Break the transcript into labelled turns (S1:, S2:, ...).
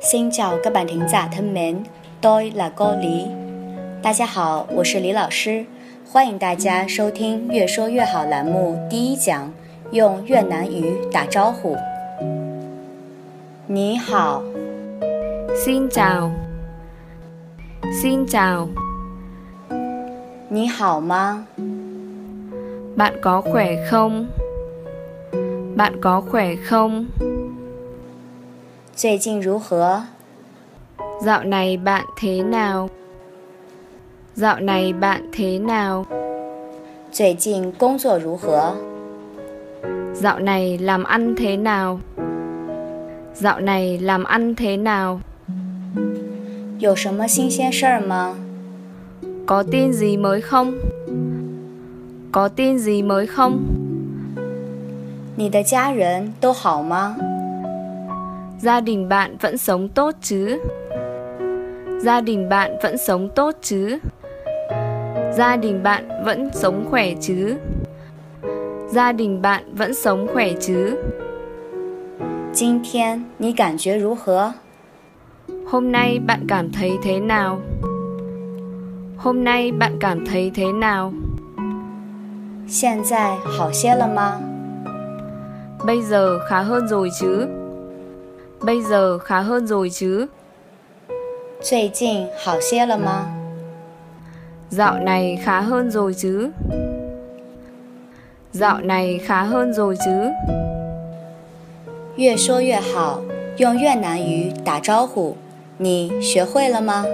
S1: Xin chào các bạn thính giả thân mến, tôi là cô Lý. 大家好，我是李老师，欢迎大家收听《越说越好》栏目第一讲，用越南语打招呼。你好，
S2: Xin chào. Xin chào,
S1: 你好吗？
S2: bạn có khỏe không? Bạn có khỏe không?
S1: 最近如何？
S2: Dạo này bạn thế nào? Dạo này bạn thế nào?
S1: 最近工作如何？
S2: Dạo này làm ăn thế nào? Dạo này làm ăn thế nào?
S1: 有什么新鲜事儿吗？
S2: Có tin gì mới không? Có tin gì mới không?
S1: 你的家人都好吗？
S2: Gia đình bạn vẫn sống tốt chứ? Gia đình bạn vẫn sống tốt chứ? Gia đình bạn vẫn sống khỏe chứ? Gia đình bạn vẫn sống khỏe chứ?
S1: 今天你感觉如何？
S2: Hôm nay bạn cảm thấy thế nào? Hôm nay bạn cảm thấy thế nào?
S1: 现在好些了吗？
S2: Bây giờ khá hơn rồi chứ? Bây giờ khá hơn rồi chứ?
S1: 最近好些了吗？
S2: Dạo này khá hơn rồi chứ? Dạo này khá hơn rồi chứ?
S1: 越说越好，用越南语打招呼。你学会了吗？